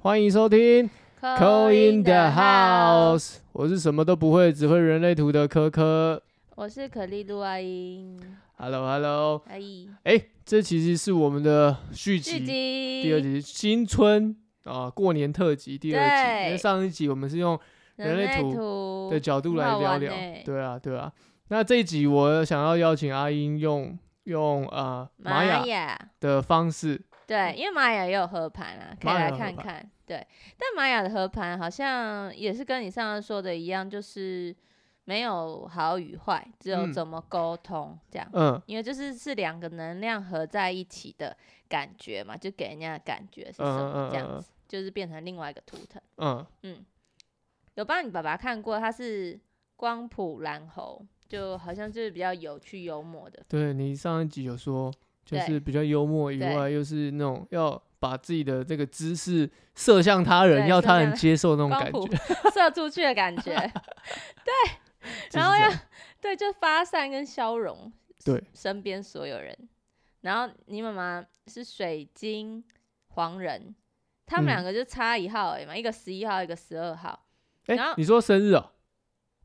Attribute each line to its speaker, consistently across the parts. Speaker 1: 欢迎收听《
Speaker 2: Call
Speaker 1: Call in the
Speaker 2: house，
Speaker 1: House》，我是什么都不会，只会人类图的科科。
Speaker 2: 我是可丽露阿英
Speaker 1: Hello，Hello，
Speaker 2: 阿姨，
Speaker 1: 哎，这其实是我们的续集，
Speaker 2: 续集
Speaker 1: 第二集新春啊，过年特辑第二集。因为
Speaker 2: 对
Speaker 1: 上一集我们是用人
Speaker 2: 人
Speaker 1: 类
Speaker 2: 类
Speaker 1: 图
Speaker 2: 图
Speaker 1: 的角度
Speaker 2: 很
Speaker 1: 来
Speaker 2: 好
Speaker 1: 聊
Speaker 2: 玩
Speaker 1: 聊，
Speaker 2: 欸
Speaker 1: 对啊，对啊。那这一集我想要邀请阿英用用呃玛
Speaker 2: 玛
Speaker 1: 雅
Speaker 2: 雅，
Speaker 1: 的方式，
Speaker 2: 对，因为玛雅也有合盘啊，可以
Speaker 1: 玛雅
Speaker 2: 来
Speaker 1: 有合
Speaker 2: 看
Speaker 1: 盘
Speaker 2: 看。对，但玛雅的合盘好像也是跟你上次说的一样，就是没有好与坏，只有
Speaker 1: 嗯
Speaker 2: 怎么沟通这样。
Speaker 1: 嗯，
Speaker 2: 因为就是是两个能量合在一起的感觉嘛，就给人家的感觉是什
Speaker 1: 嗯嗯嗯
Speaker 2: 么
Speaker 1: 嗯
Speaker 2: 这样子，就是变成另外一个图腾。
Speaker 1: 嗯，
Speaker 2: 嗯，有帮你爸爸看过，他是光谱蓝猴，就好像就是比较有趣幽默的。
Speaker 1: 对你上一集有说，就
Speaker 2: 对
Speaker 1: 是比较幽默以
Speaker 2: 对
Speaker 1: 外，又是那种要把自己的这个姿势射向他人，
Speaker 2: 对
Speaker 1: 要
Speaker 2: 射
Speaker 1: 他人
Speaker 2: 向
Speaker 1: 接受那种
Speaker 2: 光
Speaker 1: 感
Speaker 2: 谱
Speaker 1: 觉。
Speaker 2: 射出去的感觉，
Speaker 1: 就是
Speaker 2: 然后
Speaker 1: 这
Speaker 2: 要
Speaker 1: 样
Speaker 2: 对，就发散跟消融，
Speaker 1: 对，
Speaker 2: 身边所有人。然后你妈妈是水晶黄人，他们
Speaker 1: 嗯
Speaker 2: 两个就差一号而已嘛，一个十一号，一个十二号，
Speaker 1: 哎、
Speaker 2: 然后
Speaker 1: 你说生日哦、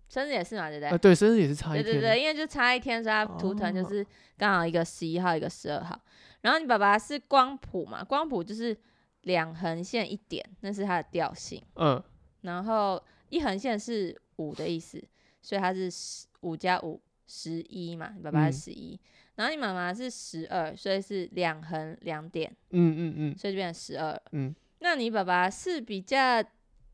Speaker 2: 生日也是嘛，对不对？
Speaker 1: 啊，对，生日也是差一
Speaker 2: 对
Speaker 1: 天
Speaker 2: 对
Speaker 1: 的。
Speaker 2: 对，因为就差一天，所以它图腾就
Speaker 1: 哦
Speaker 2: 是刚好一个十一号，一个十二号。然后你爸爸是光谱嘛，光谱就是两横线一点，那是它的调性。
Speaker 1: 嗯，
Speaker 2: 然后一横线是五的意思，所以它是十五加五十一嘛，你
Speaker 1: 嗯
Speaker 2: 爸爸是十一、然后你妈妈是十二，所以是两横两点，
Speaker 1: 嗯嗯嗯，
Speaker 2: 所以就变成十二。
Speaker 1: 嗯，
Speaker 2: 那你爸爸是比较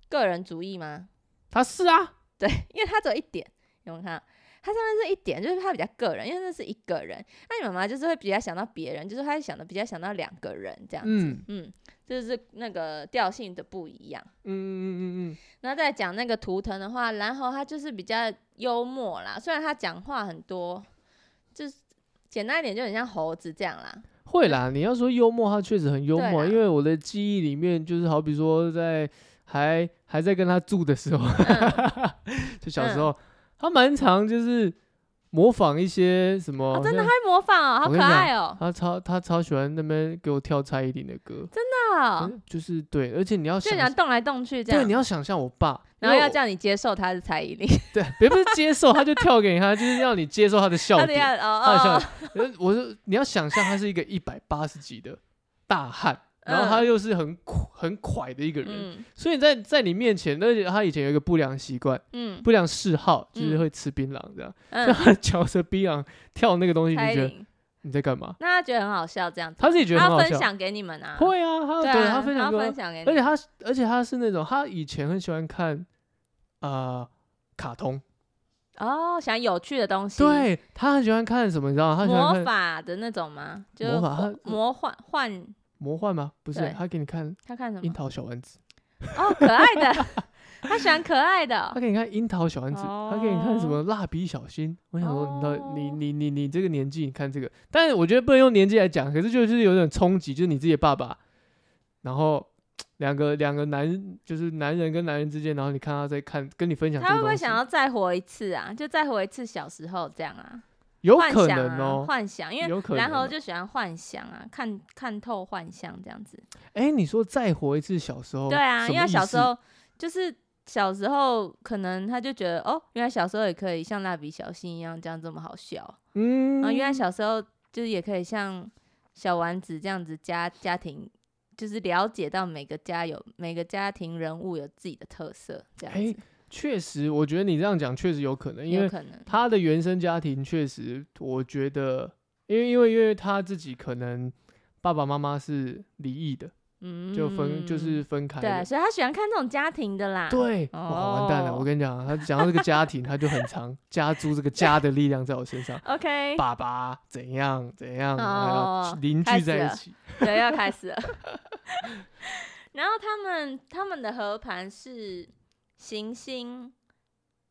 Speaker 2: 个人主义吗？
Speaker 1: 他是啊，
Speaker 2: 对，因为它只有一点，有没有看到？它上面是一点，就是它比较个人，因为那是一个人。那你妈妈就是会比较想到别人，就是她会想到比较想到两个人这样子。
Speaker 1: 嗯
Speaker 2: 嗯，就是那个调性的不一样。
Speaker 1: 嗯嗯嗯嗯嗯，
Speaker 2: 然后再讲那个图腾的话，然后他就是比较幽默啦，虽然他讲话很多，就是简单一点，就很像猴子这样啦。
Speaker 1: 会啦。你要说幽默，他确实很幽
Speaker 2: 对
Speaker 1: 默，
Speaker 2: 啦
Speaker 1: 因为我的记忆里面就是好比说在还还在跟他住的时候， 就小时
Speaker 2: 嗯
Speaker 1: 候，他蛮常就是模仿一些什么，
Speaker 2: 哦，真的，
Speaker 1: 像
Speaker 2: 他会模仿哦，好
Speaker 1: 我跟
Speaker 2: 可
Speaker 1: 你
Speaker 2: 爱哦，
Speaker 1: 他超他超喜欢那边给我跳蔡依林的歌，
Speaker 2: 真的哦，
Speaker 1: 嗯就是对，而且你要
Speaker 2: 就
Speaker 1: 想
Speaker 2: 想，动来动去这
Speaker 1: 对，
Speaker 2: 样
Speaker 1: 你，要想象我爸，
Speaker 2: 然后
Speaker 1: 因为
Speaker 2: 要
Speaker 1: 我
Speaker 2: 叫你接受他是蔡依林，
Speaker 1: 对，别不是接受，他就跳给你看，就是要你接受他的笑
Speaker 2: 他的
Speaker 1: 点，
Speaker 2: 要哦
Speaker 1: 他的
Speaker 2: 哦
Speaker 1: 笑，点。我就你要想象他是一个一百八十几的大汉，然后
Speaker 2: 嗯
Speaker 1: 他又是很垮很快的一个人，
Speaker 2: 嗯
Speaker 1: 所以在在你面前，而且他以前有一个不良习惯，
Speaker 2: 嗯
Speaker 1: 不良嗜好，就是
Speaker 2: 嗯
Speaker 1: 会吃槟榔这样，
Speaker 2: 嗯，
Speaker 1: 他嚼着槟榔跳那个东西，你
Speaker 2: 蔡
Speaker 1: 就
Speaker 2: 依
Speaker 1: 觉得
Speaker 2: 林，
Speaker 1: 你在干嘛？
Speaker 2: 那他觉得很好笑，这样子，
Speaker 1: 他自己觉得
Speaker 2: 他
Speaker 1: 很好
Speaker 2: 分
Speaker 1: 笑。
Speaker 2: 享给你们啊，
Speaker 1: 会啊，他
Speaker 2: 对
Speaker 1: 对
Speaker 2: 啊，
Speaker 1: 他分享
Speaker 2: 他
Speaker 1: 给我
Speaker 2: 分享给你
Speaker 1: 而且
Speaker 2: 们，
Speaker 1: 他是，而且他是那种，他以前很喜欢看，呃，卡通，
Speaker 2: 哦，想有趣的东西，，
Speaker 1: 对他很喜欢看什么，你知道吗？他喜欢
Speaker 2: 魔
Speaker 1: 看
Speaker 2: 法的那种吗？就
Speaker 1: 魔
Speaker 2: 是
Speaker 1: 法他
Speaker 2: 魔幻幻，
Speaker 1: 魔幻吗？不是
Speaker 2: 对，
Speaker 1: 他给你看
Speaker 2: 他看什
Speaker 1: 樱
Speaker 2: 么？
Speaker 1: 桃小丸子，
Speaker 2: 哦，可爱的，他喜欢可爱的哦
Speaker 1: 他，给你看樱桃小丸子，他给你看什么蜡笔小新。我想说，你到你
Speaker 2: 哦
Speaker 1: 你你你这个年纪，你看这个，但是我觉得不能用年纪来讲，可是就是有点冲击，就是你自己的爸爸，然后两个两个男，就是男人跟男人之间，然后你看他在看，跟你分享这
Speaker 2: 他
Speaker 1: 个
Speaker 2: 会不
Speaker 1: 东
Speaker 2: 会
Speaker 1: 西
Speaker 2: 想要再活一次啊？就再活一次小时候这样啊？
Speaker 1: 有
Speaker 2: 幻
Speaker 1: 可
Speaker 2: 想
Speaker 1: 能
Speaker 2: 啊，
Speaker 1: 哦、
Speaker 2: 幻想，因为
Speaker 1: 有可能
Speaker 2: 然后
Speaker 1: 哦
Speaker 2: 就喜欢幻想啊，看看透幻想这样子。
Speaker 1: 哎、你说再活一次小时候，
Speaker 2: 对啊，
Speaker 1: 哦什
Speaker 2: 因为
Speaker 1: 么
Speaker 2: 他
Speaker 1: 意
Speaker 2: 小
Speaker 1: 思
Speaker 2: 时，候就是小时候，可能他就觉得哦，原来小时候也可以像蜡笔小新一样这样这么好笑，
Speaker 1: 嗯，
Speaker 2: 然后原来哦小时候就是也可以像小丸子这样子家家庭，就是了解到每个家有每个家庭人物有自己的特色，这样
Speaker 1: 哎
Speaker 2: 子、
Speaker 1: 确实，我觉得你这样讲确实有可能，因
Speaker 2: 有
Speaker 1: 为
Speaker 2: 可能。
Speaker 1: 他的原生家庭确实，我觉得，因为因为因为他自己可能爸爸妈妈是离异的，
Speaker 2: 嗯，
Speaker 1: 就分、就是分开
Speaker 2: 对，啊
Speaker 1: 的。
Speaker 2: 所以他喜欢看这种家庭的啦。
Speaker 1: 对，哇，完蛋了！
Speaker 2: 哦
Speaker 1: 我跟你讲啊，他讲到这个家庭，他就很常 加诸这个家的力量在我身上。
Speaker 2: ，OK，
Speaker 1: 爸爸怎样怎样，然后
Speaker 2: 哦
Speaker 1: 邻
Speaker 2: 开
Speaker 1: 居
Speaker 2: 始
Speaker 1: 在一
Speaker 2: 了
Speaker 1: 起，
Speaker 2: 对，要开始了。然后他们他们的合盘是行星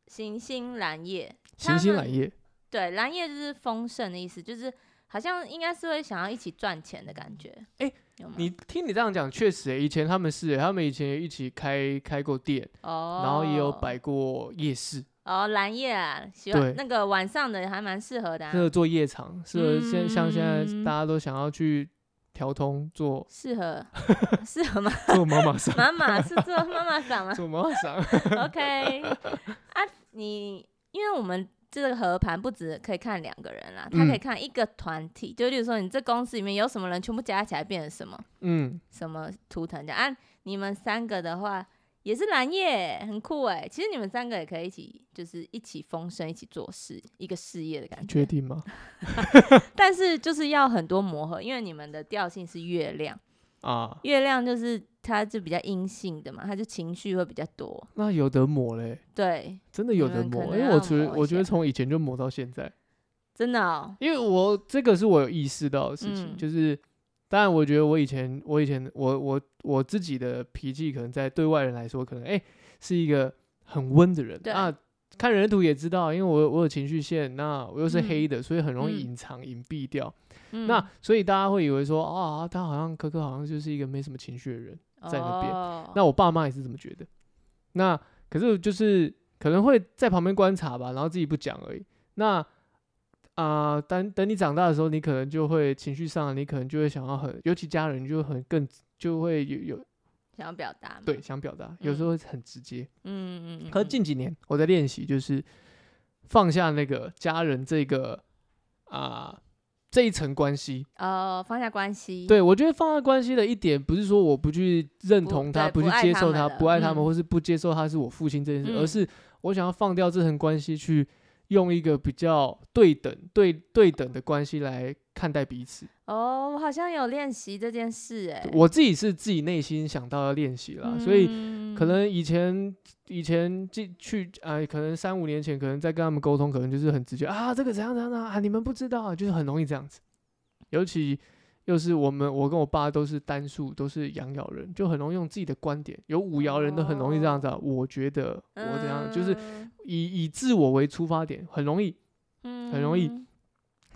Speaker 2: 行星蓝叶，
Speaker 1: 行星
Speaker 2: 他们
Speaker 1: 揽夜，
Speaker 2: 对，蓝叶就是丰盛的意思，就是好像应该是会想要一起赚钱的感觉。
Speaker 1: 诶
Speaker 2: 有吗
Speaker 1: 你听你这样讲，确实、欸，以前他们是、欸，他们以前也一起开开过店，
Speaker 2: 哦，
Speaker 1: 然后也有摆过夜市，
Speaker 2: 哦蓝叶啊，喜
Speaker 1: 对
Speaker 2: 欢那个晚上的还蛮适合的、啊
Speaker 1: 适。合做夜场，适合现像现在
Speaker 2: 嗯
Speaker 1: 大家都想要去调通做
Speaker 2: 适合 适合吗？，
Speaker 1: 做妈妈桑
Speaker 2: 妈妈是做 妈妈嗓吗
Speaker 1: 做妈妈桑。
Speaker 2: ？OK 啊，你因为我们这个合盘不止可以看两个人啊啦，他可以
Speaker 1: 嗯
Speaker 2: 看一个团体，就例如说你这公司里面有什么人，全部加起来变成什么
Speaker 1: 嗯，
Speaker 2: 什么图腾这样啊。你们三个的话也是蓝叶，很酷哎、其实你们三个也可以一起，就是一起风生，一起做事，一个事业的感觉
Speaker 1: 确。定吗？
Speaker 2: 但是就是要很多磨合，因为你们的调性是月亮，
Speaker 1: 啊，
Speaker 2: 月亮就是它就比较阴性的嘛，它就情绪会比较多。
Speaker 1: 那有得抹嘞，
Speaker 2: 对，
Speaker 1: 真的有得
Speaker 2: 嗯你们可
Speaker 1: 抹，因
Speaker 2: 能
Speaker 1: 为
Speaker 2: 要
Speaker 1: 我觉得
Speaker 2: 抹一
Speaker 1: 我觉得
Speaker 2: 下
Speaker 1: 从以前就抹到现在，
Speaker 2: 真的哦，
Speaker 1: 因为我这个是我有意识到的事情，
Speaker 2: 嗯
Speaker 1: 就是当然我觉得我以前我以前我我我自己的脾气可能在对外人来说可能哎、是一个很温的人
Speaker 2: 对
Speaker 1: 啊。看人类图也知道，因为我有我有情绪线，那我又是
Speaker 2: 嗯
Speaker 1: 黑的，所以很容易
Speaker 2: 嗯
Speaker 1: 隐藏、隐蔽掉。
Speaker 2: 嗯、
Speaker 1: 那所以大家会以为说，啊，他好像可可好像就是一个没什么情绪的人。在那边
Speaker 2: 哦、
Speaker 1: 那我爸妈也是这么觉得。那可是就是可能会在旁边观察吧，然后自己不讲而已。那啊、等等你长大的时候，你可能就会情绪上，你可能就会想要很，尤其家人，你就很更就会有有
Speaker 2: 想要表达嘛，
Speaker 1: 对想表达，有时候很直接。
Speaker 2: 嗯嗯，嗯嗯嗯，
Speaker 1: 可是近几年我在练习，就是放下那个家人这个啊、这一层关系，
Speaker 2: 哦放下关系，，
Speaker 1: 对，我觉得放在关系的一点，不是说我不去认
Speaker 2: 不
Speaker 1: 同
Speaker 2: 对
Speaker 1: 他，
Speaker 2: 不
Speaker 1: 去
Speaker 2: 爱
Speaker 1: 接
Speaker 2: 他
Speaker 1: 受
Speaker 2: 们
Speaker 1: 他，
Speaker 2: 了
Speaker 1: 不爱他们，
Speaker 2: 嗯
Speaker 1: 或是不接受他是我父亲这件事，而
Speaker 2: 嗯
Speaker 1: 是我想要放掉这层关系，去用一个比较对等、对对等的关系来看待彼此。
Speaker 2: 哦，我好像有练习这件事哎、
Speaker 1: 我自己是自己内心想到要练习啦，所以
Speaker 2: 嗯
Speaker 1: 可能以前以前进去啊、呃可能三五年前，可能在跟他们沟通，可能就是很直接啊，这个怎样怎样怎样啊，你们不知道啊，就是很容易这样子。尤其又是我们，我跟我爸都是单数，都是阳爻人，就很容易用自己的观点。有五爻人都很容易这样子、啊，我觉得我怎样，就是
Speaker 2: 嗯
Speaker 1: 以以自我为出发点，很容易。很容易
Speaker 2: 嗯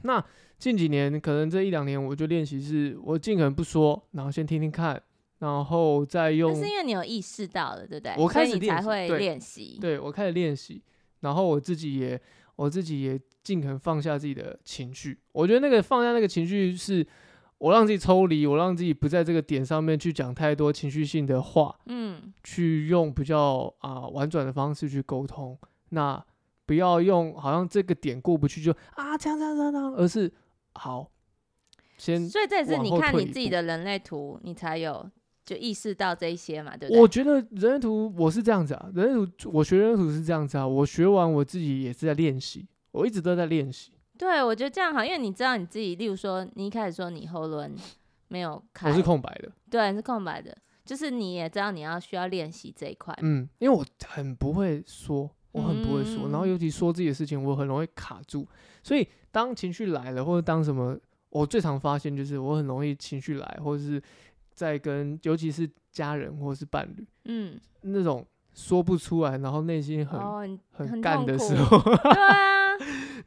Speaker 1: 那近几年，可能这一两年，我就练习是我尽可能不说，然后先听听看，然后再用
Speaker 2: 但是因为你有意识到了，对不对？
Speaker 1: 我开
Speaker 2: 所以
Speaker 1: 始
Speaker 2: 你
Speaker 1: 练
Speaker 2: 才
Speaker 1: 习
Speaker 2: 会
Speaker 1: 对
Speaker 2: 练习，
Speaker 1: 对我开始练习，然后我自己也我自己也尽可能放下自己的情绪。我觉得那个放下那个情绪是。我让自己抽离，我让自己不在这个点上面去讲太多情绪性的话，
Speaker 2: 嗯，
Speaker 1: 去用比较啊、婉转的方式去沟通。那不要用好像这个点过不去就啊这样这样这样这样，而是好先。
Speaker 2: 所以这也是
Speaker 1: 往
Speaker 2: 你
Speaker 1: 后
Speaker 2: 看
Speaker 1: 退
Speaker 2: 你
Speaker 1: 一
Speaker 2: 自己
Speaker 1: 步
Speaker 2: 的人类图，你才有就意识到这一些嘛，对不对？
Speaker 1: 我觉得人类图我是这样子啊，人类图我学人类图是这样子啊，我学完我自己也是在练习，我一直都在练习。
Speaker 2: 对，我觉得这样好，因为你知道你自己，例如说你一开始说你喉轮没有开，
Speaker 1: 我是空白的，
Speaker 2: 对，是空白的，就是你也知道你要需要练习这一块。
Speaker 1: 嗯，因为我很不会说，我很不会说，然后
Speaker 2: 嗯
Speaker 1: 尤其说自己的事情，我很容易卡住，所以当情绪来了，或者当什么，我最常发现就是我很容易情绪来，或者是在跟，尤其是家人或是伴侣
Speaker 2: 嗯，
Speaker 1: 那种说不出来，然后内心很、
Speaker 2: 哦，你
Speaker 1: 很
Speaker 2: 很
Speaker 1: 干
Speaker 2: 痛
Speaker 1: 的时
Speaker 2: 苦
Speaker 1: 候，
Speaker 2: 对啊，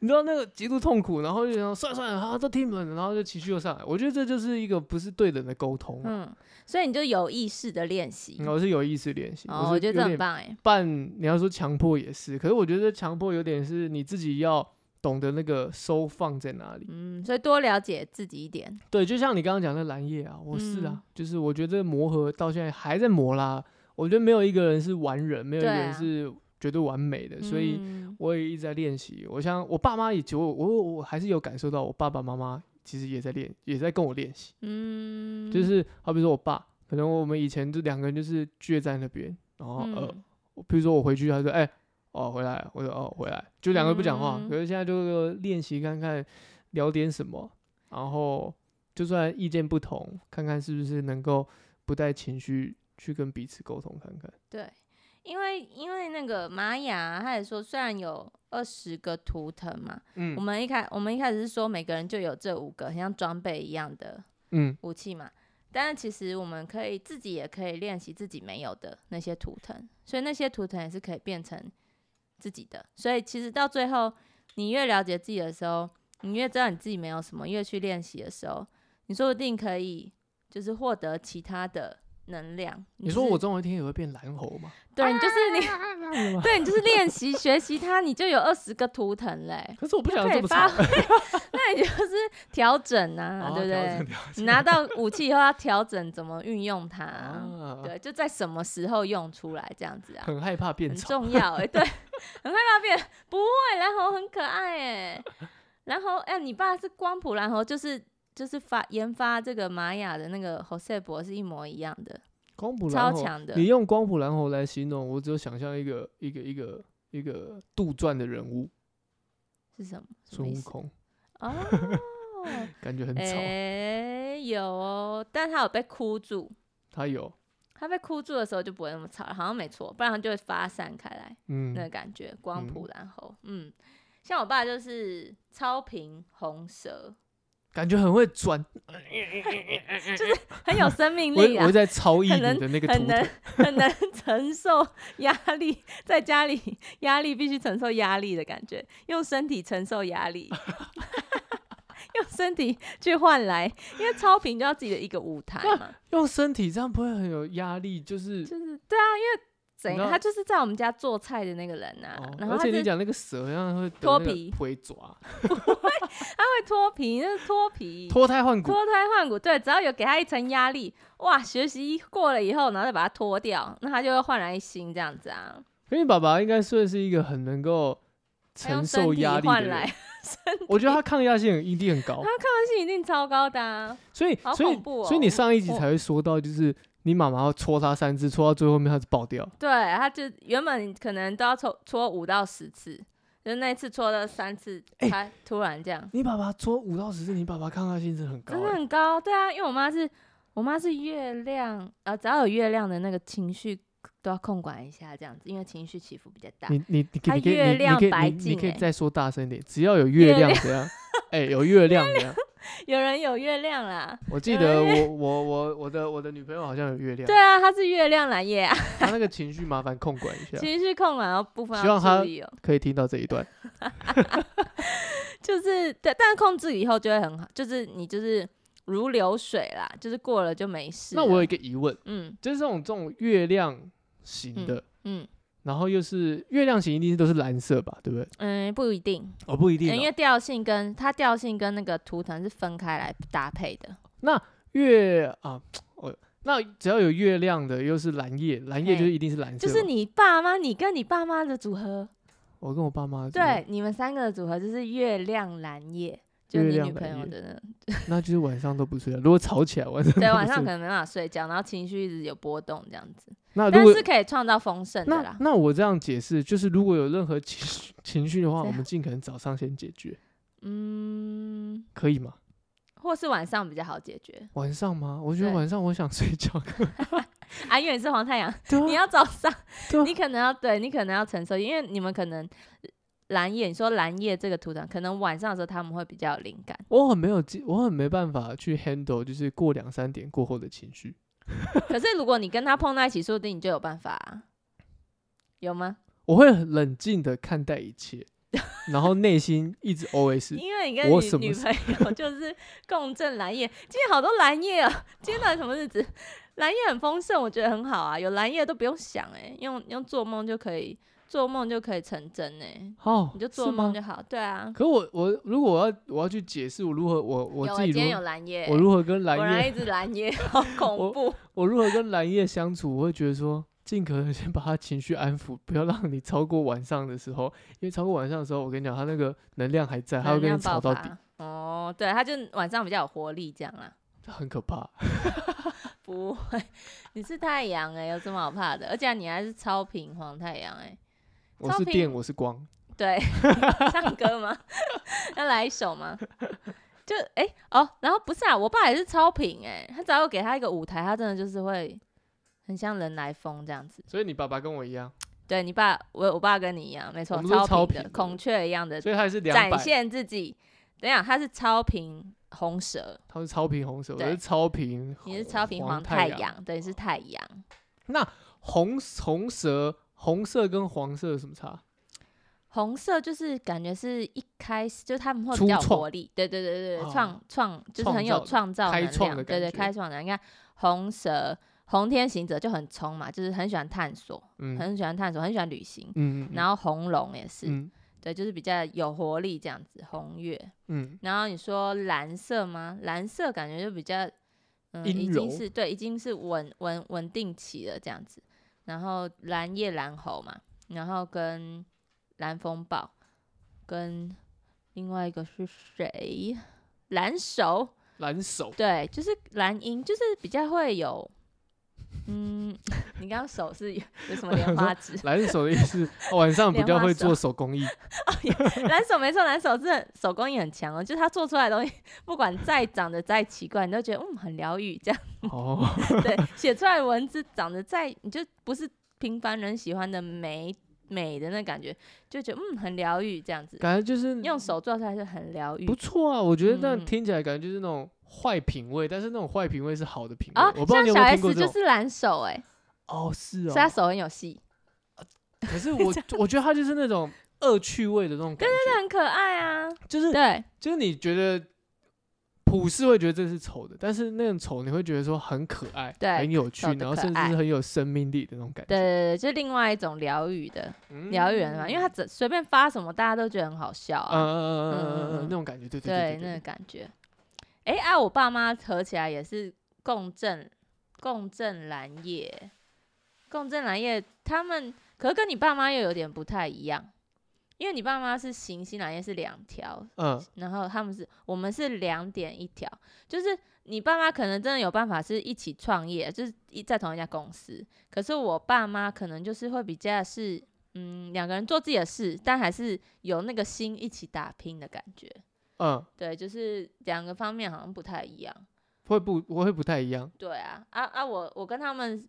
Speaker 1: 你知道那个极度痛苦，然后就想算了算了，好，都听你们的，然后就情绪又上来，我觉得这就是一个不是对等的沟通、啊。
Speaker 2: 嗯，所以你就有意识的练习。
Speaker 1: 嗯我是有意识练习，
Speaker 2: 哦，
Speaker 1: 是
Speaker 2: 我觉
Speaker 1: 有
Speaker 2: 得这很
Speaker 1: 点
Speaker 2: 棒哎。
Speaker 1: 半你要说强迫也是，可是我觉得强迫有点是你自己要懂得那个收放在哪里。
Speaker 2: 嗯，所以多了解自己一点。
Speaker 1: 对，就像你刚刚讲的蓝叶啊，我是啊，
Speaker 2: 嗯
Speaker 1: 就是我觉得这个磨合到现在还在磨啦。我觉得没有一个人是完人，没有一个
Speaker 2: 对
Speaker 1: 人
Speaker 2: 啊
Speaker 1: 是绝对完美的，所以
Speaker 2: 嗯
Speaker 1: 我也一直在练习。我像我爸妈也，就我我我还是有感受到，我爸爸妈妈其实也在练，也在跟我练习。
Speaker 2: 嗯，
Speaker 1: 就是好比说我爸，可能我们以前就两个人就是倔在那边，然后、呃，
Speaker 2: 嗯
Speaker 1: 我比如说我回去，他说：“哎、哦，回来了。”我说：“哦，回来。”就两个不讲话，
Speaker 2: 嗯
Speaker 1: 可是现在就练习看看聊点什么，然后就算意见不同，看看是不是能够不带情绪去跟彼此沟通看看。
Speaker 2: 对，因为因为那个玛雅，啊他也说虽然有二十个图腾嘛，我
Speaker 1: 嗯
Speaker 2: 们一开我们一开始是说每个人就有这五个很像装备一样的
Speaker 1: 嗯
Speaker 2: 武器嘛，但是其实我们可以自己也可以练习自己没有的那些图腾，所以那些图腾也是可以变成自己的。所以其实到最后，你越了解自己的时候，你越知道你自己没有什么，越去练习的时候，你说不定可以就是获得其他的能量。
Speaker 1: 你说我
Speaker 2: 就是
Speaker 1: 总有一天也会变蓝猴吗？
Speaker 2: 对你就是你，
Speaker 1: 吗
Speaker 2: 对你就是练习学习它，你就有二十个图腾嘞。
Speaker 1: 可是我不
Speaker 2: 就
Speaker 1: 想要
Speaker 2: 可
Speaker 1: 这
Speaker 2: 以
Speaker 1: 么
Speaker 2: 发
Speaker 1: 长，
Speaker 2: 挥那你就是调整啊，
Speaker 1: 啊
Speaker 2: 对不
Speaker 1: 调
Speaker 2: 对
Speaker 1: 整？调
Speaker 2: 你
Speaker 1: 整
Speaker 2: 拿到武器以后要调整怎么运用它，
Speaker 1: 啊，
Speaker 2: 对，就在什么时候用出来这样子啊，
Speaker 1: 很害怕 变
Speaker 2: 很
Speaker 1: 丑，
Speaker 2: 重要哎、对， 很害怕变，不会，蓝猴很可爱哎、然后哎、你爸是光谱蓝猴，就是就是发研发这个玛雅的那个 Jose 博是一模一样的，
Speaker 1: 光谱
Speaker 2: 超
Speaker 1: 蓝猴。
Speaker 2: 强的，
Speaker 1: 你用光谱蓝猴来形容，我只有想象一个一个一个一个杜撰的人物，
Speaker 2: 是什么？什么
Speaker 1: 孙
Speaker 2: 意
Speaker 1: 悟
Speaker 2: 思？
Speaker 1: 空，，
Speaker 2: 哦
Speaker 1: 感 觉很
Speaker 2: 哎、
Speaker 1: 吵。
Speaker 2: 有哦，但他有被箍住，
Speaker 1: 他有，
Speaker 2: 他被箍住的时候就不会那么吵，好像没错，不然他就会发散开来。那个
Speaker 1: 嗯，
Speaker 2: 感觉，光
Speaker 1: 嗯
Speaker 2: 谱蓝猴，嗯，像我爸就是超频红蛇，
Speaker 1: 感觉很会转，
Speaker 2: 很有生命
Speaker 1: 我
Speaker 2: 力
Speaker 1: 我
Speaker 2: 啊
Speaker 1: 一直，在超意
Speaker 2: 很
Speaker 1: 你
Speaker 2: 能
Speaker 1: 的那个
Speaker 2: 很
Speaker 1: 图
Speaker 2: 能
Speaker 1: 腾，
Speaker 2: 很能承受压力，在家里压力必须承受压力的感觉，用身体承受 压力，用身体去换来，因为超频就要自己的一个舞台嘛，
Speaker 1: 用身体这样不会很有压力，就是
Speaker 2: 就是对啊，因为怎
Speaker 1: 你
Speaker 2: 样，
Speaker 1: 知
Speaker 2: 他
Speaker 1: 道
Speaker 2: 就是在我们家做菜的那个人啊，
Speaker 1: 哦，
Speaker 2: 然后
Speaker 1: 而
Speaker 2: 他
Speaker 1: 且
Speaker 2: 是
Speaker 1: 你讲那个蛇好像会得
Speaker 2: 脱
Speaker 1: 那个
Speaker 2: 皮
Speaker 1: 会抓，
Speaker 2: 他会脱皮，那是脱皮，
Speaker 1: 脱胎换骨，
Speaker 2: 脱胎换骨，对，只要有给他一层压力，哇，学习过了以后，然后再把它脱掉，那他就会焕然一新这样子啊。
Speaker 1: 因为爸爸应该算是一个很能够
Speaker 2: 他用
Speaker 1: 承受
Speaker 2: 身体
Speaker 1: 压力的
Speaker 2: 换来，
Speaker 1: 人，
Speaker 2: 他
Speaker 1: 我觉得他抗压性一定很 高，
Speaker 2: 性一定超高的、啊，
Speaker 1: 所以
Speaker 2: 好
Speaker 1: 所以
Speaker 2: 恐怖哦
Speaker 1: 所以你上一集
Speaker 2: 我
Speaker 1: 才会说到，就是你妈妈要戳他三次，戳到最后面他就爆掉，
Speaker 2: 对，他就原本可能都要搓搓五到十次，就那一次搓了三次，
Speaker 1: 哎
Speaker 2: 他突然这样，
Speaker 1: 你爸爸戳五到十次，你爸爸抗压性是很高
Speaker 2: 真的
Speaker 1: 欸，
Speaker 2: 很高，对啊，因为我妈是，我妈是月亮，呃，只要有月亮的那个情绪都要控管一下这样子，因为情绪起伏比较大。
Speaker 1: 你你你可以
Speaker 2: 他
Speaker 1: 你可以
Speaker 2: 月
Speaker 1: 你
Speaker 2: 亮
Speaker 1: 你可以
Speaker 2: 白
Speaker 1: 你你
Speaker 2: 净
Speaker 1: 可以
Speaker 2: 欸
Speaker 1: 再说大声一点，只要有
Speaker 2: 月
Speaker 1: 月亮
Speaker 2: 亮
Speaker 1: 怎 样？哎，有月亮怎样？
Speaker 2: 有人有月亮啦，
Speaker 1: 我记得我我我我的我的女朋友好像有月亮
Speaker 2: 对，啊，她是月亮蓝叶啊。
Speaker 1: 她那个情绪麻烦控管一 下，
Speaker 2: 情绪控管的部分
Speaker 1: 啊希望
Speaker 2: 要
Speaker 1: 他
Speaker 2: 注意哦，
Speaker 1: 可以听到这一段。
Speaker 2: 就是对，但是控制以后就会很好，就是你就是如流水啦，就是过了就没事了。
Speaker 1: 那我有一个疑问，
Speaker 2: 嗯
Speaker 1: 就是这种这种月亮型的，
Speaker 2: 嗯
Speaker 1: 然后又是月亮型，一定都是蓝色吧，对不对？
Speaker 2: 嗯，不一定，
Speaker 1: 哦，不一定
Speaker 2: 嗯因
Speaker 1: 哦、
Speaker 2: 为调性跟它调性跟那个图腾是分开来搭配的。
Speaker 1: 月啊，哦，那只要有月亮的，又是蓝叶，蓝叶就是
Speaker 2: 嘿
Speaker 1: 一定是蓝色
Speaker 2: 就
Speaker 1: 嘛。
Speaker 2: 是你爸妈，你跟你爸妈的组合，
Speaker 1: 我跟我爸妈
Speaker 2: 对，，你们三个的组合就是月亮蓝夜，就是
Speaker 1: 月
Speaker 2: 你
Speaker 1: 亮
Speaker 2: 女朋
Speaker 1: 蓝
Speaker 2: 友
Speaker 1: 夜
Speaker 2: 的那，
Speaker 1: 那就是晚上都不睡觉。如果吵起来，晚上
Speaker 2: 对，
Speaker 1: 都不
Speaker 2: 晚上
Speaker 1: 睡
Speaker 2: 可能没办法睡觉，然后情绪一直有波动这样子，
Speaker 1: 那如
Speaker 2: 但
Speaker 1: 果
Speaker 2: 是可以创造丰盛的
Speaker 1: 那
Speaker 2: 啦。
Speaker 1: 那我这样解释，就是如果有任何情绪 情绪的话，
Speaker 2: 这
Speaker 1: 我
Speaker 2: 样
Speaker 1: 们尽可能早上先解决，
Speaker 2: 嗯，
Speaker 1: 可以吗？
Speaker 2: 或是晚上比较好解决。
Speaker 1: 晚上吗？我觉得
Speaker 2: 对
Speaker 1: 晚上我想睡觉。
Speaker 2: 啊，因为你是黄太阳， 你
Speaker 1: 对啊，
Speaker 2: 要早上，
Speaker 1: 对啊
Speaker 2: 你可能要对你可能要承受，因为你们可能蓝夜，你说蓝夜这个图腾，可能晚上的时候他们会比较有灵感。
Speaker 1: 我很没有记，我很没办法去 handle，就是过两三点过后的情绪。
Speaker 2: 可是如果你跟他碰在一起，说不定你就有办法、啊，有吗？
Speaker 1: 我会很冷静的看待一 切，然后内心一直 OS。
Speaker 2: 因为你跟
Speaker 1: 嗯我
Speaker 2: 你
Speaker 1: 什么
Speaker 2: 女
Speaker 1: 事
Speaker 2: 朋 友就是共振蓝夜，今天好多蓝夜啊！今天到底什么日子？蓝夜很丰盛，我觉得很好啊，有蓝夜都不用想哎、用用做梦就可以，做梦就可以成真哎、
Speaker 1: 哦，
Speaker 2: 你就是做
Speaker 1: 吗
Speaker 2: 梦就好，对啊。
Speaker 1: 可我我如果我要我要去解释我如何我我
Speaker 2: 有
Speaker 1: 自
Speaker 2: 欸
Speaker 1: 己
Speaker 2: 今
Speaker 1: 如
Speaker 2: 天有
Speaker 1: 何
Speaker 2: 蓝夜，
Speaker 1: 我如何跟蓝
Speaker 2: 果然
Speaker 1: 叶
Speaker 2: 一直蓝夜， 好 恐
Speaker 1: 我
Speaker 2: 怖。
Speaker 1: 我如何跟蓝叶相处，我会觉得说，尽可能先把他情绪安抚，不要让你超过晚上的时候，因为超过晚上的时候，我跟你讲，他那个能量还在，他会
Speaker 2: 能
Speaker 1: 跟你
Speaker 2: 量
Speaker 1: 吵
Speaker 2: 爆
Speaker 1: 到底，
Speaker 2: 发。哦，对，他就晚上比较有活力这样啦。
Speaker 1: 很可怕。
Speaker 2: 不会， 你是太阳哎、有什么好怕的？而且你还是超频黄太阳哎、
Speaker 1: 我
Speaker 2: 超
Speaker 1: 是
Speaker 2: 频
Speaker 1: 电，我是光，
Speaker 2: 对， 唱歌吗？ 要来一首吗？就哎、哦，然后不是啊，我爸也是超频哎、他只要有给他一个舞台，他真的就是会很像人来疯这样子。
Speaker 1: 所以你爸爸跟我一样，
Speaker 2: 对你爸，我我爸跟你一样，没错
Speaker 1: 我，们都是超
Speaker 2: 频的
Speaker 1: 频的
Speaker 2: 孔雀一样的
Speaker 1: 所以他也是两
Speaker 2: 呃展
Speaker 1: 百，
Speaker 2: 现自己。等一下，他是超频红蛇，
Speaker 1: 他是超频红蛇，我
Speaker 2: 对
Speaker 1: 是超频，
Speaker 2: 你是超频黄
Speaker 1: 太哦
Speaker 2: 太。阳，等于是太阳。
Speaker 1: 红红蛇，红色跟黄色有什么差？
Speaker 2: 红色就是感觉是一开始就他们会比
Speaker 1: 初
Speaker 2: 较有
Speaker 1: 创
Speaker 2: 活力，对对对对对，
Speaker 1: 哦
Speaker 2: 创创就是
Speaker 1: 创
Speaker 2: 很有
Speaker 1: 造
Speaker 2: 创造
Speaker 1: 开
Speaker 2: 能
Speaker 1: 创
Speaker 2: 量，
Speaker 1: 的
Speaker 2: 对
Speaker 1: 感
Speaker 2: 对，
Speaker 1: 觉
Speaker 2: 开创的。你看红蛇、红天行者就很冲嘛，就是很喜欢探索，
Speaker 1: 嗯嗯
Speaker 2: 很喜欢探索，很喜欢旅行。
Speaker 1: 嗯，
Speaker 2: 然后红龙也是，
Speaker 1: 嗯
Speaker 2: 对，就是比较有活力这样子。红月，
Speaker 1: 嗯
Speaker 2: 然后你说蓝色吗？蓝色感觉就比较，嗯，
Speaker 1: 阴
Speaker 2: 已
Speaker 1: 柔
Speaker 2: 经是对，已经是稳稳稳定期了这样子。然后蓝夜蓝猴嘛，然后跟蓝风暴，跟另外一个是谁？蓝手，
Speaker 1: 蓝手
Speaker 2: 对，就是蓝鹰，就是比较会有，嗯， 你刚刚手是有有什么莲花指？
Speaker 1: 蓝手的意思， 晚上比较会做手工艺，
Speaker 2: 蓝手没错，蓝手是很手工艺很强哦，就是他做出来的东西，不管再长得再奇怪，你都觉得嗯很疗愈，这样
Speaker 1: 哦，
Speaker 2: 对，写出来的文字长得再你就不是平凡人喜欢的美美的那感觉，就觉得嗯很疗愈这样子，
Speaker 1: 感觉 就是
Speaker 2: 用手做出来是很疗愈
Speaker 1: 不。错啊，我觉得这
Speaker 2: 嗯
Speaker 1: 样听起来感觉就是那种坏品味，但是那种坏品味是好的品味，
Speaker 2: 啊，
Speaker 1: 我不知道
Speaker 2: 像
Speaker 1: 你有
Speaker 2: 小
Speaker 1: 没有听
Speaker 2: S
Speaker 1: 过这
Speaker 2: 就
Speaker 1: 种，
Speaker 2: 是蓝手哎、
Speaker 1: 哦，是哦
Speaker 2: 所以，他手很有戏，
Speaker 1: 可是我我觉得他就是那种恶趣味的那种感觉，
Speaker 2: 很可爱 啊。
Speaker 1: 就是
Speaker 2: 对，
Speaker 1: 就是你觉得普世会觉得这是丑的，但是那种丑你会觉得说很可爱，
Speaker 2: 对
Speaker 1: 很有趣
Speaker 2: 丑，的
Speaker 1: 然后
Speaker 2: 可
Speaker 1: 甚至
Speaker 2: 爱
Speaker 1: 是很有生命力的那种感
Speaker 2: 对
Speaker 1: 觉，
Speaker 2: 对对，就另外一种疗愈的
Speaker 1: 嗯
Speaker 2: 疗愈人嘛，因为他只随便发什么，大家都觉得很好笑
Speaker 1: 嗯
Speaker 2: 啊，
Speaker 1: 嗯嗯嗯
Speaker 2: 嗯
Speaker 1: 嗯
Speaker 2: 嗯
Speaker 1: 嗯
Speaker 2: 嗯
Speaker 1: 那种感觉，对
Speaker 2: 对
Speaker 1: 对
Speaker 2: 那个
Speaker 1: 对，
Speaker 2: 感觉。哎、啊，我爸妈合起来也是共振，共振蓝叶，共振蓝叶，他们可是跟你爸妈又有点不太一样，因为你爸妈是行星蓝叶是两条，
Speaker 1: 嗯，
Speaker 2: 然后他们是我们是两点一条，就是你爸妈可能真的有办法是一起创业，就是一在同一家公司。可是我爸妈可能就是会比较是，嗯，两个人做自己的事，但还是有那个心一起打拼的感觉。
Speaker 1: 嗯，
Speaker 2: 对，就是两个方面好像不太一样。
Speaker 1: 会不我会不太一样，
Speaker 2: 对啊，啊啊，我我跟他们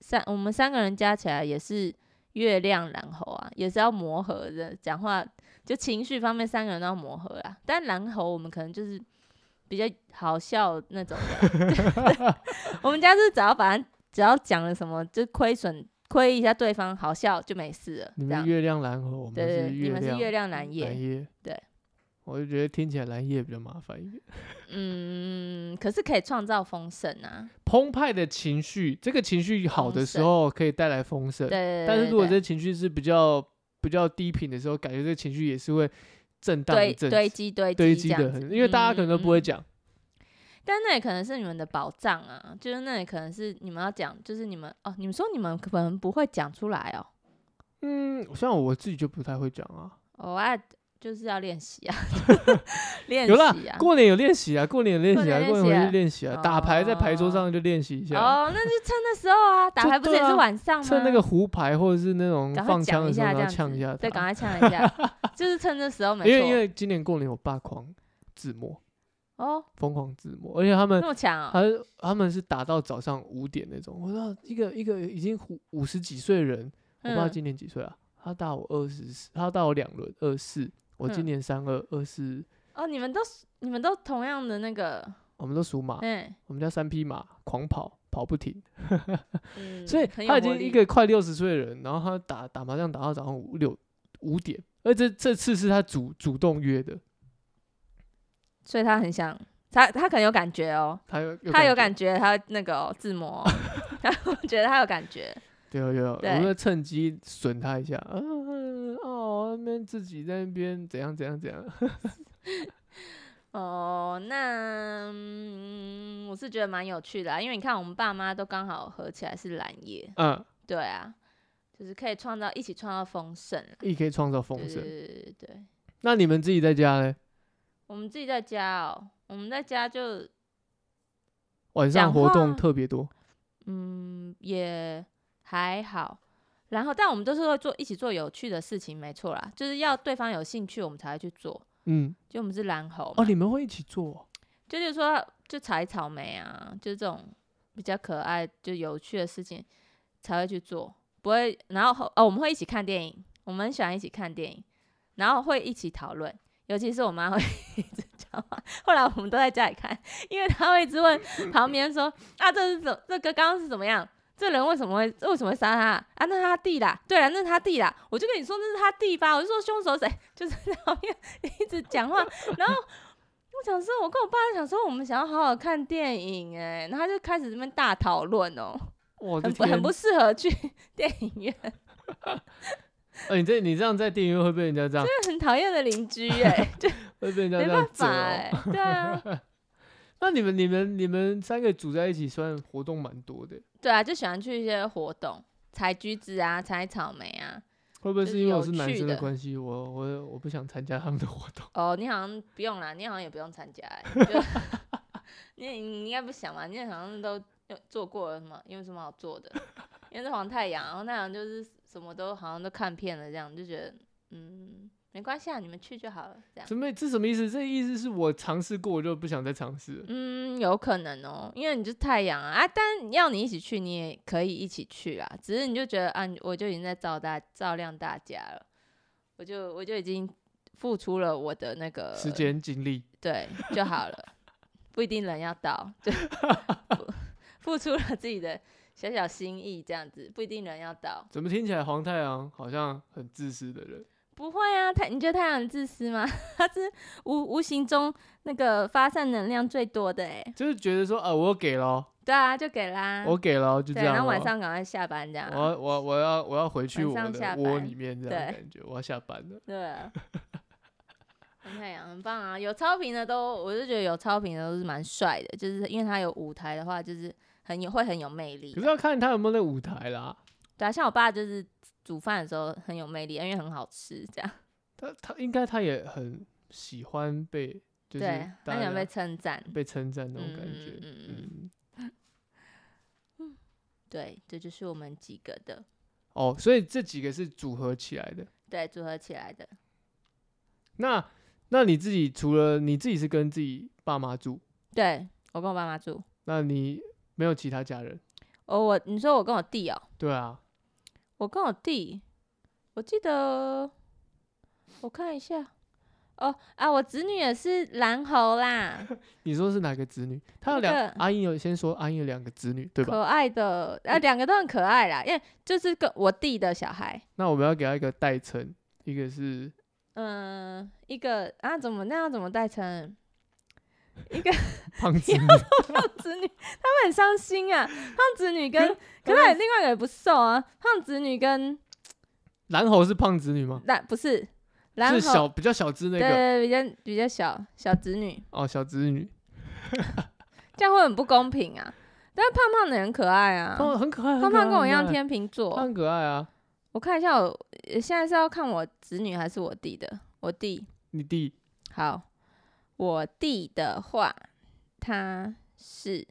Speaker 2: 三我们三个人加起来也是月亮蓝猴啊，也是要磨合的，讲话就情绪方面三个人都要磨合啦。但蓝猴我们可能就是比较好笑那种的， 我们家是只要反正只要讲了什么就亏损亏一下对方好笑就没事了，
Speaker 1: 你
Speaker 2: 这
Speaker 1: 们
Speaker 2: 样
Speaker 1: 月亮蓝和我们
Speaker 2: 对
Speaker 1: 是
Speaker 2: 对，你们是月
Speaker 1: 亮
Speaker 2: 亮蓝
Speaker 1: 蓝
Speaker 2: 夜，
Speaker 1: 夜，
Speaker 2: 对，
Speaker 1: 我就觉得听起来蓝夜比较麻烦一点。
Speaker 2: 嗯，可是可以创造丰盛啊，
Speaker 1: 澎湃的情绪，这个情绪好的
Speaker 2: 丰
Speaker 1: 时
Speaker 2: 盛
Speaker 1: 候可以带来丰盛
Speaker 2: 对，对对
Speaker 1: 呃但是如果
Speaker 2: 对
Speaker 1: 这情绪是比较比较低频的时候，感觉这情绪也是会震荡一
Speaker 2: 堆
Speaker 1: 阵
Speaker 2: 堆
Speaker 1: 子
Speaker 2: 积堆
Speaker 1: 堆
Speaker 2: 积这
Speaker 1: 的
Speaker 2: 样子，
Speaker 1: 很，因为大家可能都不会
Speaker 2: 嗯嗯嗯
Speaker 1: 讲，
Speaker 2: 但那也可能是你们的宝藏啊，就是那也可能是你们要讲，就是你们哦，你们说你们可能不会讲出来哦，
Speaker 1: 嗯，像我自己就不太会讲啊，
Speaker 2: 哦啊，就是要练习啊， 练
Speaker 1: 有啦
Speaker 2: 习啊，，
Speaker 1: 过年有练习啊，过年有练
Speaker 2: 过
Speaker 1: 习啊，
Speaker 2: 年
Speaker 1: 过年回
Speaker 2: 练习
Speaker 1: 去
Speaker 2: 啊
Speaker 1: 练习啊，打牌在牌桌
Speaker 2: 哦
Speaker 1: 上就练习一下，
Speaker 2: 哦，那就趁那时候啊，打
Speaker 1: 就
Speaker 2: 牌不是
Speaker 1: 对
Speaker 2: 也是
Speaker 1: 啊
Speaker 2: 晚上吗？
Speaker 1: 趁那个胡牌或者是那种
Speaker 2: 赶快
Speaker 1: 放枪
Speaker 2: 讲
Speaker 1: 的
Speaker 2: 一
Speaker 1: 时候，
Speaker 2: 下
Speaker 1: 然
Speaker 2: 这
Speaker 1: 后
Speaker 2: 样
Speaker 1: 呛一
Speaker 2: 子
Speaker 1: 下，
Speaker 2: 对，
Speaker 1: 他，
Speaker 2: 赶快呛一下， 就是趁这时候没
Speaker 1: 因为因
Speaker 2: 错，
Speaker 1: 为今年过年我爸狂自摸，
Speaker 2: 哦，
Speaker 1: 疯狂自摸，而且他们
Speaker 2: 那么强哦，
Speaker 1: 他他们是打到早上五点那种。我说一个一个已经五五十几岁的人，我不知道
Speaker 2: 嗯
Speaker 1: 今年几岁啊？他大我二十，他大我两轮，二四。我今
Speaker 2: 嗯
Speaker 1: 年三二二四，
Speaker 2: 哦，你们都你们都同样的那个，
Speaker 1: 我们都属马，
Speaker 2: 嗯
Speaker 1: 我们家三匹马狂跑，跑不停。
Speaker 2: 嗯，
Speaker 1: 所以
Speaker 2: 很
Speaker 1: 他
Speaker 2: 有
Speaker 1: 已
Speaker 2: 活
Speaker 1: 经一
Speaker 2: 力
Speaker 1: 个快六十岁的人，然后他打打麻将打到早上五六五点，而这这次是他主主动约的，
Speaker 2: 所以他很想，他他可能有感觉哦，
Speaker 1: 他有
Speaker 2: 他有
Speaker 1: 感觉
Speaker 2: 感觉，他那个、哦、自摸、哦， 然后我觉得他有感觉，
Speaker 1: 对有有，我
Speaker 2: 对
Speaker 1: 们就趁机损他一下，嗯、哦，那边自己在那边怎样怎样怎样，
Speaker 2: 哦，那、嗯、我是觉得蛮有趣的、啊，因为你看我们爸妈都刚好合起来是蓝叶，
Speaker 1: 嗯，
Speaker 2: 对啊，就是可以创造一起创造丰盛啊，
Speaker 1: 也可以创造丰
Speaker 2: 对对
Speaker 1: 盛。
Speaker 2: 对对对对，
Speaker 1: 那你们自己在家呢？
Speaker 2: 我们自己在家哦，我们在家就
Speaker 1: 晚上
Speaker 2: 讲
Speaker 1: 活动
Speaker 2: 话
Speaker 1: 特别多，
Speaker 2: 嗯也还好。然后，但我们都是会做一起做有趣的事情，没错啦，就是要对方有兴趣，我们才会去做。
Speaker 1: 嗯，
Speaker 2: 就我们是蓝猴嘛
Speaker 1: 哦，你们会一起做哦，
Speaker 2: 就是说就采草莓啊，就这种比较可爱、就有趣的事情才会去做，不会。然后后哦，我们会一起看电影，我们很喜欢一起看电影，然后会一起讨论，尤其是我妈会 一直讲话。后来我们都在家里看，因为她会一直问旁边说啊，这是怎这个刚刚是怎么样？这人为什么会为什么会杀他啊？啊那是他弟啦，对了，那是他弟啦。我就跟你 说那是他弟吧，我就说凶手谁，就是在旁边一直讲话，然后我想说，我跟我爸想说，我们想要好好看电影哎，然后他就开始这边大讨论哦，
Speaker 1: 我的
Speaker 2: 很不
Speaker 1: 天
Speaker 2: 很！不适合去 电影院，
Speaker 1: 呃，你这你这样在电影院会被人家这样，
Speaker 2: 很讨厌的 邻居哎，
Speaker 1: 会被人家
Speaker 2: 没
Speaker 1: 这样
Speaker 2: 办
Speaker 1: 折
Speaker 2: 法
Speaker 1: 哦。
Speaker 2: 哎，对啊，
Speaker 1: 那你们你们你们三个组在一起，算活动蛮多的，
Speaker 2: 对啊，就喜欢去一些活动，采橘子啊，采草莓啊。
Speaker 1: 会不会
Speaker 2: 就是
Speaker 1: 是因为我
Speaker 2: 有
Speaker 1: 是男
Speaker 2: 趣
Speaker 1: 生的
Speaker 2: 的
Speaker 1: 关系，我我我不想参加他们的活动？
Speaker 2: 哦，你好像不用啦，你好像也不用参加、欸，就 你你应该不想吧？你好像都有做过了什么？因为什么好做的？因为是黄太阳，然后那样就是什么都好像都看遍了，这样就觉得嗯没关系啊，你们去就好了，这样。
Speaker 1: 什么？这什么意思？这意思是我尝试过，我就不想再尝试了。
Speaker 2: 嗯，有可能哦，因为你就是太阳啊，啊，但要你一起去，你也可以一起去啊，只是你就觉得啊，我就已经在照大照亮大家了，我就我就已经付出了我的那个
Speaker 1: 时间精力，
Speaker 2: 对就好了，不一定人要到，就付付出了自己的小小心意，这样子不一定人要到。
Speaker 1: 怎么听起来黄太阳好像很自私的人？
Speaker 2: 不会啊，太你觉得太阳很自私吗？ 他是无无形中那个发散能量最多的哎、
Speaker 1: 就是觉得说，啊，我给了哦，
Speaker 2: 对啊，就给啦。
Speaker 1: 我给了哦，就这
Speaker 2: 对，
Speaker 1: 样哦。
Speaker 2: 然后晚上赶快下班这样
Speaker 1: 我。要，我我要我要回去我
Speaker 2: 晚上
Speaker 1: 的
Speaker 2: 下
Speaker 1: 窝
Speaker 2: 班
Speaker 1: 里面，这样的
Speaker 2: 对
Speaker 1: 感觉，我要下班了。
Speaker 2: 对，很太阳很棒啊！有超频的都，我就觉得有超频的都是蛮帅的，就是因为他有舞台的话，就是很有会很有魅力
Speaker 1: 可。是要看他有没有那舞台啦。
Speaker 2: 对啊，像我爸就是煮饭的时候很有魅力，因为很好吃，这样
Speaker 1: 他他应该他也很喜欢被，就是
Speaker 2: 对，
Speaker 1: 大
Speaker 2: 他想被
Speaker 1: 家
Speaker 2: 称赞。
Speaker 1: 被称赞那种
Speaker 2: 嗯
Speaker 1: 感觉。
Speaker 2: 嗯嗯嗯
Speaker 1: 嗯，
Speaker 2: 对，这就是我们几个的，
Speaker 1: 哦，所以这几个是组合起来的。
Speaker 2: 对，组合起来的。
Speaker 1: 那那你自己除了你自己是跟自己爸妈住，
Speaker 2: 对我跟我爸妈住，
Speaker 1: 那你没有其他家人？
Speaker 2: 哦，我你说我跟我弟哦，
Speaker 1: 对啊，
Speaker 2: 我跟我弟，我记得，我看一下，哦啊，我侄女也是蓝猴啦，
Speaker 1: 你说是哪个子女？他有
Speaker 2: 那
Speaker 1: 两、
Speaker 2: 个
Speaker 1: 阿英有先说阿英有两个子女，对吧？
Speaker 2: 可爱的，啊，两个都很可爱啦，因为就是跟我弟的小孩，
Speaker 1: 那我们要给他一个代称，一个 是
Speaker 2: 嗯，一个啊，怎么那样怎么代称
Speaker 1: 胖子女，
Speaker 2: 胖子女？ 他们很伤心啊，胖子女跟，可是还有另外一个也不瘦啊，胖子女跟
Speaker 1: 蓝猴是胖子女吗？
Speaker 2: 蓝不是蓝
Speaker 1: 是
Speaker 2: 猴，
Speaker 1: 小比较小只那
Speaker 2: 对嗯
Speaker 1: 个
Speaker 2: 对对，比较比较小小侄女，
Speaker 1: 哦，小子女，
Speaker 2: 这样会很不公平啊！但是胖胖的很可爱啊，
Speaker 1: 哦，很可爱，很
Speaker 2: 胖
Speaker 1: 可
Speaker 2: 胖
Speaker 1: 爱
Speaker 2: 跟我一样，
Speaker 1: 很可爱
Speaker 2: 天秤
Speaker 1: 他
Speaker 2: 座。
Speaker 1: 很可爱啊。
Speaker 2: 我看一下我，呃现在是要看我侄女还是我弟的？我弟
Speaker 1: 你弟
Speaker 2: 好，我弟的话，他是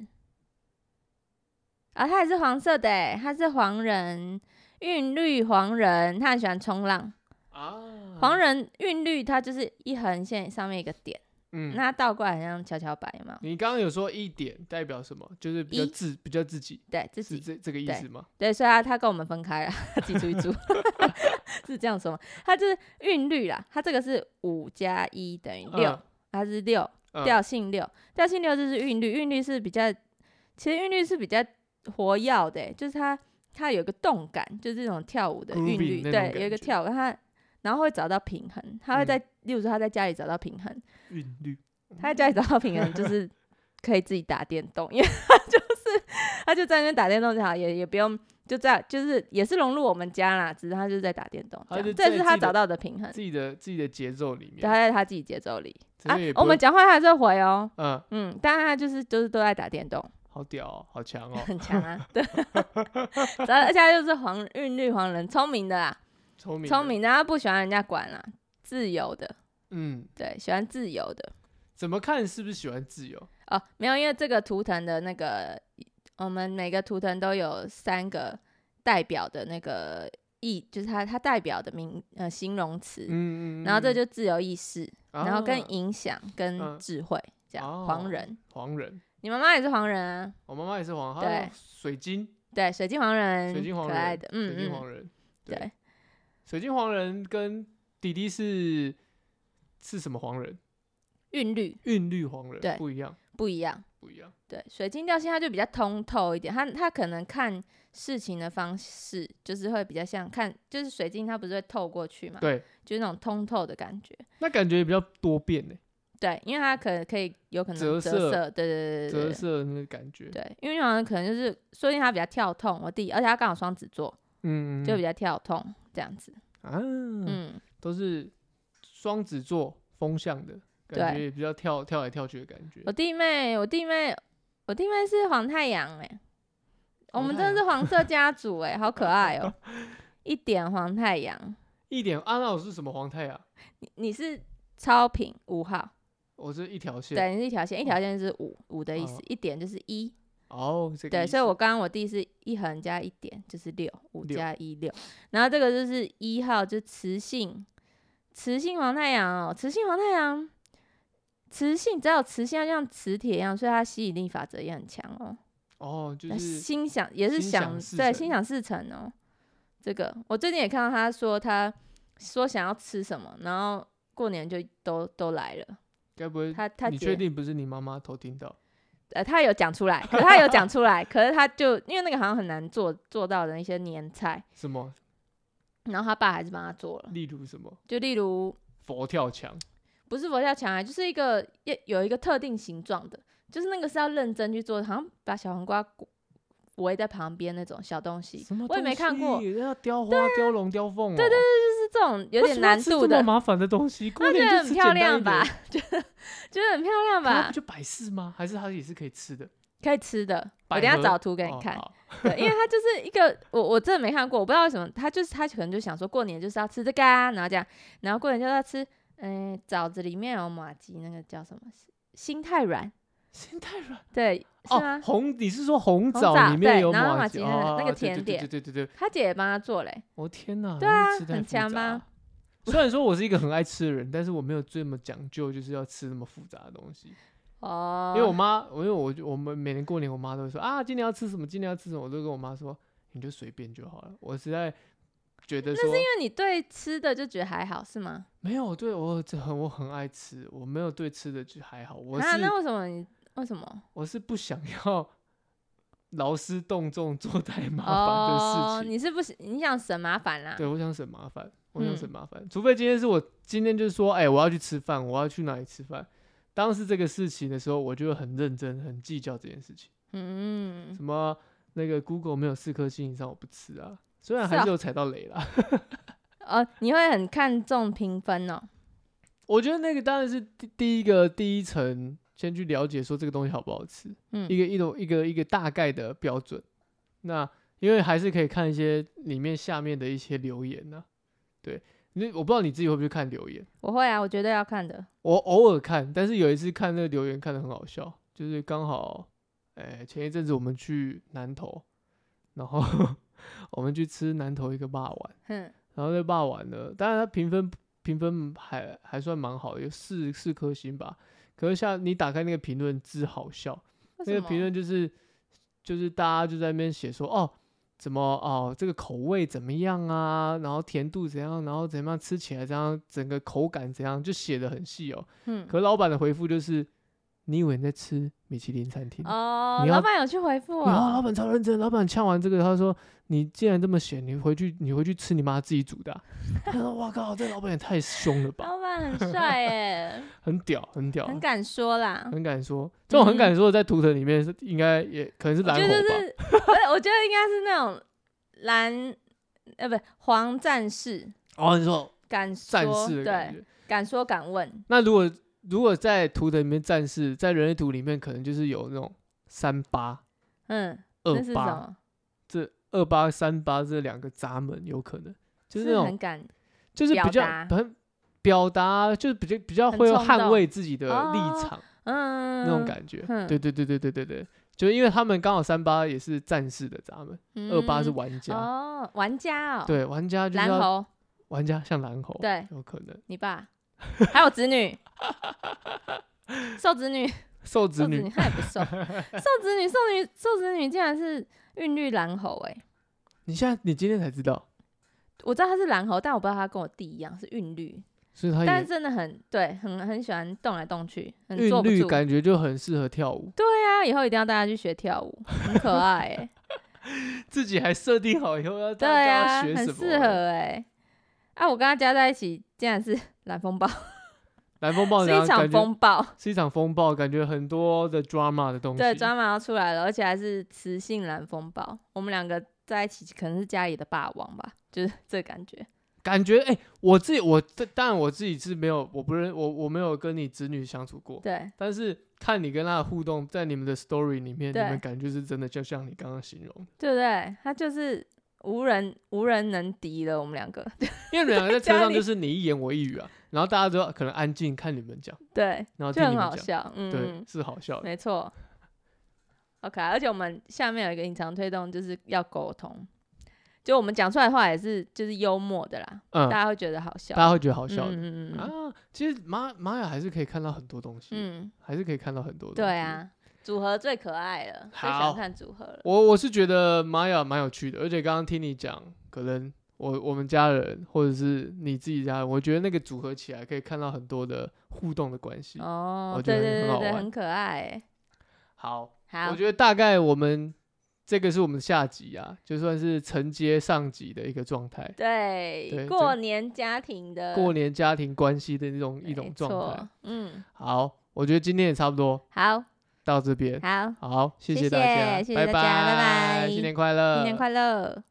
Speaker 2: 啊，他也是黄色的欸，他是黄人，韵律黄人，他很喜欢冲浪。
Speaker 1: 啊
Speaker 2: 黄人韵律，它就是一横线上面一个点，
Speaker 1: 嗯，
Speaker 2: 那它倒过来很像跷跷板，有没有？
Speaker 1: 你刚刚有说一点代表什么？就是比较
Speaker 2: 一
Speaker 1: 自比较自己，
Speaker 2: 对，自己
Speaker 1: 是这这个意
Speaker 2: 对
Speaker 1: 思吗？
Speaker 2: 对，所以他他跟我们分开了， 他自己出去 住，是这样说吗？他就是韵律啦，他这个是五加一等于六、
Speaker 1: 嗯
Speaker 2: 他是六
Speaker 1: 嗯
Speaker 2: 调性六，调性六就是韵律，韵律是比较，其实韵律是比较活跃的欸、就是他他有一个动感，就是这种跳舞的韵
Speaker 1: Groovy
Speaker 2: 律，
Speaker 1: 那种，
Speaker 2: 对有一
Speaker 1: 感
Speaker 2: 个
Speaker 1: 觉
Speaker 2: 跳舞，他然后会找到平衡，他会
Speaker 1: 嗯
Speaker 2: 在，例如说他在家里找到平衡，
Speaker 1: 韵律
Speaker 2: 他在 家里找到平衡就是可以自己打电动，因为他就是他就在那边打电动就好，也也不用就在就是也是融入我们家啦，只是他就是在打电动这
Speaker 1: 他就
Speaker 2: 样，
Speaker 1: 在
Speaker 2: 这是
Speaker 1: 自
Speaker 2: 他
Speaker 1: 己的
Speaker 2: 找到的平衡，
Speaker 1: 自己的自己的节奏里面
Speaker 2: 对，他，在他自己节奏里
Speaker 1: 这
Speaker 2: 啊
Speaker 1: 个也。不
Speaker 2: 我们
Speaker 1: 用
Speaker 2: 讲话他还是会回哦，
Speaker 1: 嗯，
Speaker 2: 嗯，但他就是就是都在打电动，
Speaker 1: 好屌哦，好强哦，
Speaker 2: 很强 啊，对， 而且他就是黄韵律黄人，聪明的啦，
Speaker 1: 聪明
Speaker 2: 聪
Speaker 1: 的，
Speaker 2: 明的，他不喜欢人家管啦，自由的，
Speaker 1: 嗯，
Speaker 2: 对，喜欢自由的。
Speaker 1: 怎么看是不是喜欢自由？
Speaker 2: 哦，没有，因为这个图腾的那个，我们每个图腾都有三个代表的那个意，就是它它代表的名呃形容词，
Speaker 1: 嗯嗯，
Speaker 2: 然后这
Speaker 1: 嗯
Speaker 2: 就自由意识，
Speaker 1: 啊
Speaker 2: 然后跟影响跟
Speaker 1: 嗯
Speaker 2: 智慧、这样。黄
Speaker 1: 哦
Speaker 2: 人，
Speaker 1: 黄人，
Speaker 2: 你妈妈也是黄人啊？
Speaker 1: 我妈妈也是黄，她
Speaker 2: 对
Speaker 1: 是水晶
Speaker 2: 对，水晶黄人，
Speaker 1: 水晶黄
Speaker 2: 可
Speaker 1: 人
Speaker 2: 爱的，
Speaker 1: 水晶
Speaker 2: 嗯嗯，
Speaker 1: 黄人，对
Speaker 2: 对，
Speaker 1: 水晶黄人跟弟弟是是什么黄人？
Speaker 2: 韵律
Speaker 1: 韵律黄人
Speaker 2: 对
Speaker 1: 不一样，
Speaker 2: 不一样。
Speaker 1: 不一样，
Speaker 2: 对，水晶调性它就比较通透一点，它它可能看事情的方式就是会比较像看，就是水晶它不是会透过去嘛，
Speaker 1: 对，
Speaker 2: 就是那种通透的感觉。
Speaker 1: 那感觉也比较多变呢。
Speaker 2: 对，因为它可可以有可能
Speaker 1: 折
Speaker 2: 折
Speaker 1: 射
Speaker 2: 射，对对对对
Speaker 1: 折
Speaker 2: 对
Speaker 1: 射的那个感觉。
Speaker 2: 对，因为运动员可能就是，说不定他比较跳痛，我弟，而且他刚好双子座，
Speaker 1: 嗯，
Speaker 2: 就比较跳痛这样子，
Speaker 1: 啊，
Speaker 2: 嗯，
Speaker 1: 都是双子座风向的感觉，
Speaker 2: 对
Speaker 1: 也比较跳跳来跳去的感觉
Speaker 2: 我。弟妹，我弟妹，我弟妹是黄太阳哎、我
Speaker 1: 黄
Speaker 2: 们
Speaker 1: 太
Speaker 2: 真的是黄色家族哎、好可爱 哦、一点黄太阳，
Speaker 1: 一点啊，那我是什么黄太阳？
Speaker 2: 你你是超品五号，
Speaker 1: 我是一条线。
Speaker 2: 对，你是一条线，一条线就是五五的意思
Speaker 1: 哦，
Speaker 2: 一点就是一，
Speaker 1: 哦，这个
Speaker 2: 对，
Speaker 1: 意
Speaker 2: 所以
Speaker 1: 思
Speaker 2: 我刚刚我弟是一横加一点就是六，五
Speaker 1: 六
Speaker 2: 加一六，然后这个就是一号，就雌性，雌性黄太阳哦，雌性黄太阳，雌性只要有雌性要像磁铁一样，所以它吸引力法则也很强哦。
Speaker 1: 哦，就
Speaker 2: 那
Speaker 1: 是
Speaker 2: 心想也是
Speaker 1: 心
Speaker 2: 想
Speaker 1: 想事
Speaker 2: 对
Speaker 1: 成
Speaker 2: 心想事成哦。这个我最近也看到他说他说想要吃什么，然后过年就都都来了。
Speaker 1: 该不会
Speaker 2: 他他
Speaker 1: 你确
Speaker 2: 姐
Speaker 1: 定不是你妈妈偷听到？
Speaker 2: 呃他有讲出来，可是他有讲出来，可是他就因为那个好像很难做做到的一些年菜，
Speaker 1: 什么？
Speaker 2: 然后他爸还是帮他做了。
Speaker 1: 例如什么
Speaker 2: 就例如
Speaker 1: 佛跳墙？
Speaker 2: 不是佛跳墙啊，就是一个有有一个特定形状的，就是那个是要认真去做的，好像把小黄瓜裹围在旁边那种小东西，
Speaker 1: 什么？
Speaker 2: 我也没看过，，啊
Speaker 1: 要雕花、雕龙、雕凤哦。对对
Speaker 2: 就是这种有点难度
Speaker 1: 这
Speaker 2: 的
Speaker 1: 么。麻烦的东西，过
Speaker 2: 那觉
Speaker 1: 年
Speaker 2: 得
Speaker 1: 就
Speaker 2: 很
Speaker 1: 吃
Speaker 2: 漂
Speaker 1: 简单
Speaker 2: 亮
Speaker 1: 一
Speaker 2: 吧
Speaker 1: 点？
Speaker 2: 觉得很漂亮
Speaker 1: 它
Speaker 2: 吧
Speaker 1: 不？就百事吗？还是它也是可以吃的？
Speaker 2: 可以吃的，我
Speaker 1: 百
Speaker 2: 等一下
Speaker 1: 合
Speaker 2: 找图给你
Speaker 1: 哦
Speaker 2: 看。
Speaker 1: 好
Speaker 2: 对，因为它就是一个我我真的没看过，我不知道为什么，他就是他可能就想说过年就是要吃这个啊，然后这样，然后过年就要吃，嗯、枣子里面有马吉那个叫什么心太软，
Speaker 1: 心太软
Speaker 2: 对，是
Speaker 1: 哦
Speaker 2: 吗，？
Speaker 1: 红你是说红
Speaker 2: 红
Speaker 1: 枣
Speaker 2: 枣
Speaker 1: 里面
Speaker 2: 对
Speaker 1: 有
Speaker 2: 然后
Speaker 1: 马
Speaker 2: 马
Speaker 1: 吉
Speaker 2: 吉那个
Speaker 1: 哦
Speaker 2: 那
Speaker 1: 对
Speaker 2: 个
Speaker 1: 对
Speaker 2: 甜
Speaker 1: 对
Speaker 2: 点
Speaker 1: 对对对，
Speaker 2: 他姐也帮他做嘞、
Speaker 1: 我天哪！
Speaker 2: 对
Speaker 1: 那
Speaker 2: 啊
Speaker 1: 吃太
Speaker 2: 很
Speaker 1: 复
Speaker 2: 强
Speaker 1: 杂
Speaker 2: 吧
Speaker 1: 了？虽然说我是一个很爱吃的人，但是我没有这么讲究，就是要吃那么复杂的东西。
Speaker 2: 哦，
Speaker 1: 因为我妈，因为我我们每年过年，我妈都会说啊，今年要吃什么，今年要吃什么，我都跟我妈说，你就随便就好了。我实在觉得说，
Speaker 2: 因为你对吃的就觉得还好是吗？
Speaker 1: 没有对我这很我很爱吃，我没有对吃的就还好，我是、
Speaker 2: 啊，那为什么你为什么？
Speaker 1: 我是不想要 劳师动众做太麻
Speaker 2: 哦
Speaker 1: 烦的，事情。
Speaker 2: 你是不是你想省麻烦啦？
Speaker 1: 对，我想省麻烦，我想省
Speaker 2: 嗯
Speaker 1: 麻烦，除非今天是我今天就是说，哎、我要去吃饭，我要去哪里吃饭。当时这个事情的时候，我就会很认真、很计较这件事情。
Speaker 2: 嗯，
Speaker 1: 什么那个 Google 没有四颗星以上我不吃啊，虽然
Speaker 2: 是
Speaker 1: 还
Speaker 2: 啊
Speaker 1: 是有踩到雷啦。
Speaker 2: 哦，你会很看重评分哦。
Speaker 1: 我觉得那个当然是第第一个第一层，先去了解说这个东西好不好吃，
Speaker 2: 嗯
Speaker 1: 一个一种一个一个大概的标准。那因为还是可以看一些里面下面的一些留言呢、对，你我不知道你自己会不会看留言，
Speaker 2: 我会啊，我绝对要看的。
Speaker 1: 我偶尔看，但是有一次看那个留言看的很好笑，就是刚好，哎、前一阵子我们去南投，然后 我们去吃南投一个霸碗。
Speaker 2: 哼，
Speaker 1: 然后在霸完呢，当然他评分评分还还算蛮好的，有四四颗星吧。可是像你打开那个评论，之好笑，
Speaker 2: 为
Speaker 1: 那
Speaker 2: 什
Speaker 1: 个
Speaker 2: 么
Speaker 1: 评论就是就是大家就在那边写说哦。怎么哦？这个口味怎么样啊？然后甜度怎样？然后怎么样吃起来怎样？整个口感怎样？就写的很细哦。
Speaker 2: 嗯
Speaker 1: 可老板的回复就是：你以为你在吃米其林餐厅？
Speaker 2: 哦，
Speaker 1: 你要
Speaker 2: 老板有去回复
Speaker 1: 然后老
Speaker 2: 哦。
Speaker 1: 板超认真，老板呛完这个，他说：“你既然这么闲，你回去你回去吃你妈自己煮的啊、 他说：“哇靠，这老板也太凶了吧，
Speaker 2: 老板很 帅耶，
Speaker 1: 很屌，很屌，
Speaker 2: 嗯很敢说啦。
Speaker 1: 很敢说。”这种很敢
Speaker 2: 嗯
Speaker 1: 说的，在图腾里面是应该也可能是
Speaker 2: 我
Speaker 1: 蓝
Speaker 2: 觉
Speaker 1: 猴
Speaker 2: 得
Speaker 1: 吧，
Speaker 2: 就是，不是，我觉得应该是那种蓝，呃，不是黄战士，
Speaker 1: 哦，你说
Speaker 2: 敢
Speaker 1: 战
Speaker 2: 说，
Speaker 1: 士的感
Speaker 2: 对，
Speaker 1: 觉。
Speaker 2: 敢说敢问。
Speaker 1: 那如果如果在图腾里面战士，在人类图里面可能就是有那种三八
Speaker 2: 嗯，
Speaker 1: 二
Speaker 2: 那是什
Speaker 1: 八
Speaker 2: 么？
Speaker 1: 这二八三八这两个闸门有可能，就是那
Speaker 2: 是
Speaker 1: 种
Speaker 2: 很敢
Speaker 1: 就是
Speaker 2: 表
Speaker 1: 比较
Speaker 2: 达
Speaker 1: 很表达，就是比较比较
Speaker 2: 很
Speaker 1: 会
Speaker 2: 冲
Speaker 1: 捍
Speaker 2: 动
Speaker 1: 卫自己的立
Speaker 2: 哦
Speaker 1: 场、
Speaker 2: 嗯
Speaker 1: 那种感觉。
Speaker 2: 哼
Speaker 1: 对对对对对对对，就因为他们刚好三八也是战士的，咱们二八是
Speaker 2: 嗯
Speaker 1: 玩家，
Speaker 2: 哦，玩家哦，，
Speaker 1: 对玩家就是
Speaker 2: 蓝
Speaker 1: 要
Speaker 2: 猴，
Speaker 1: 玩家像蓝猴，
Speaker 2: 对
Speaker 1: 有可能
Speaker 2: 你爸，还有子女，瘦子女，
Speaker 1: 瘦子
Speaker 2: 瘦子
Speaker 1: 女
Speaker 2: 女，她也不瘦，瘦子女，瘦女，瘦子女竟然是韵律蓝猴哎、
Speaker 1: 你现在你今天才知道，
Speaker 2: 我知道她是蓝猴，但我不知道她跟我弟一样是韵律，
Speaker 1: 所以他
Speaker 2: 但是
Speaker 1: 也
Speaker 2: 真的很对，很很喜欢动来动去，很
Speaker 1: 韵
Speaker 2: 坐不
Speaker 1: 律
Speaker 2: 住。
Speaker 1: 感觉就很适合跳舞，
Speaker 2: 对啊，以后一定要带她去学跳舞，很可爱哎、
Speaker 1: 自己还设定好以后要
Speaker 2: 对
Speaker 1: 大
Speaker 2: 啊，
Speaker 1: 家学
Speaker 2: 很欸
Speaker 1: 什么，
Speaker 2: 适合哎、啊，我跟她加在一起竟然是蓝风暴，
Speaker 1: 蓝风暴
Speaker 2: 是
Speaker 1: 娘
Speaker 2: 一场
Speaker 1: 哦感觉
Speaker 2: 风暴，
Speaker 1: 是一场风暴，感觉很多的 drama 的东西。
Speaker 2: 对，抓马要出来了，而且还是雌性蓝风暴。我们两个在一起可能是家里的霸王吧，就是这感觉。
Speaker 1: 感觉哎、我自己我这当然我自己是没有，我不认我我没有跟你子女相处过，
Speaker 2: 对
Speaker 1: 但是看你跟他的互动，在你们的 story 里面，你
Speaker 2: 对
Speaker 1: 们感觉是真的，就像你刚刚形容的，
Speaker 2: 对不对？他就是无人无人能敌了，我们两个。
Speaker 1: 因为你们两个在
Speaker 2: 家
Speaker 1: 车上
Speaker 2: 里
Speaker 1: 就是你一言我一语啊，然后大家都可能安静看你们讲，
Speaker 2: 对，
Speaker 1: 然后
Speaker 2: 就
Speaker 1: 听你
Speaker 2: 很
Speaker 1: 们
Speaker 2: 好
Speaker 1: 讲，
Speaker 2: 笑。嗯
Speaker 1: 对，，是好笑的，
Speaker 2: 没错。OK，而且啊我们下面有一个隐藏推动，就是要沟通。就我们讲出来的话也是就是幽默的啦，
Speaker 1: 嗯，
Speaker 2: 大家会觉得好笑。
Speaker 1: 大家会觉得好
Speaker 2: 好
Speaker 1: 笑的、
Speaker 2: 嗯嗯嗯
Speaker 1: 啊。其实玛玛雅还是可以看到很多东西，
Speaker 2: 嗯，
Speaker 1: 还是可以看到很多东西。
Speaker 2: 对，啊，组合最可爱了，最
Speaker 1: 好
Speaker 2: 想看组合了。
Speaker 1: 我我是觉得玛雅蛮有趣的，而且刚刚听你讲，可能我我们家人或者是你自己家人，我觉得那个组合起来可以看到很多的互动的关系。
Speaker 2: 哦
Speaker 1: 我，觉
Speaker 2: 对
Speaker 1: 得很
Speaker 2: 对对
Speaker 1: 好
Speaker 2: 对，
Speaker 1: 玩
Speaker 2: 很可爱欸。
Speaker 1: 好，
Speaker 2: 好
Speaker 1: 我，觉得大概我们这个是我们下集啊，就算是承接上集的一个状态，对这
Speaker 2: 对，过年家庭的
Speaker 1: 过年家庭关系的那种一种
Speaker 2: 呃没
Speaker 1: 状态
Speaker 2: 错。嗯，
Speaker 1: 好，我觉得今天也差不多
Speaker 2: 好
Speaker 1: 到这边。
Speaker 2: 好，
Speaker 1: 好，谢
Speaker 2: 谢
Speaker 1: 大家，
Speaker 2: 谢谢
Speaker 1: 拜
Speaker 2: 大家拜拜
Speaker 1: 新年快乐，
Speaker 2: 新年快乐。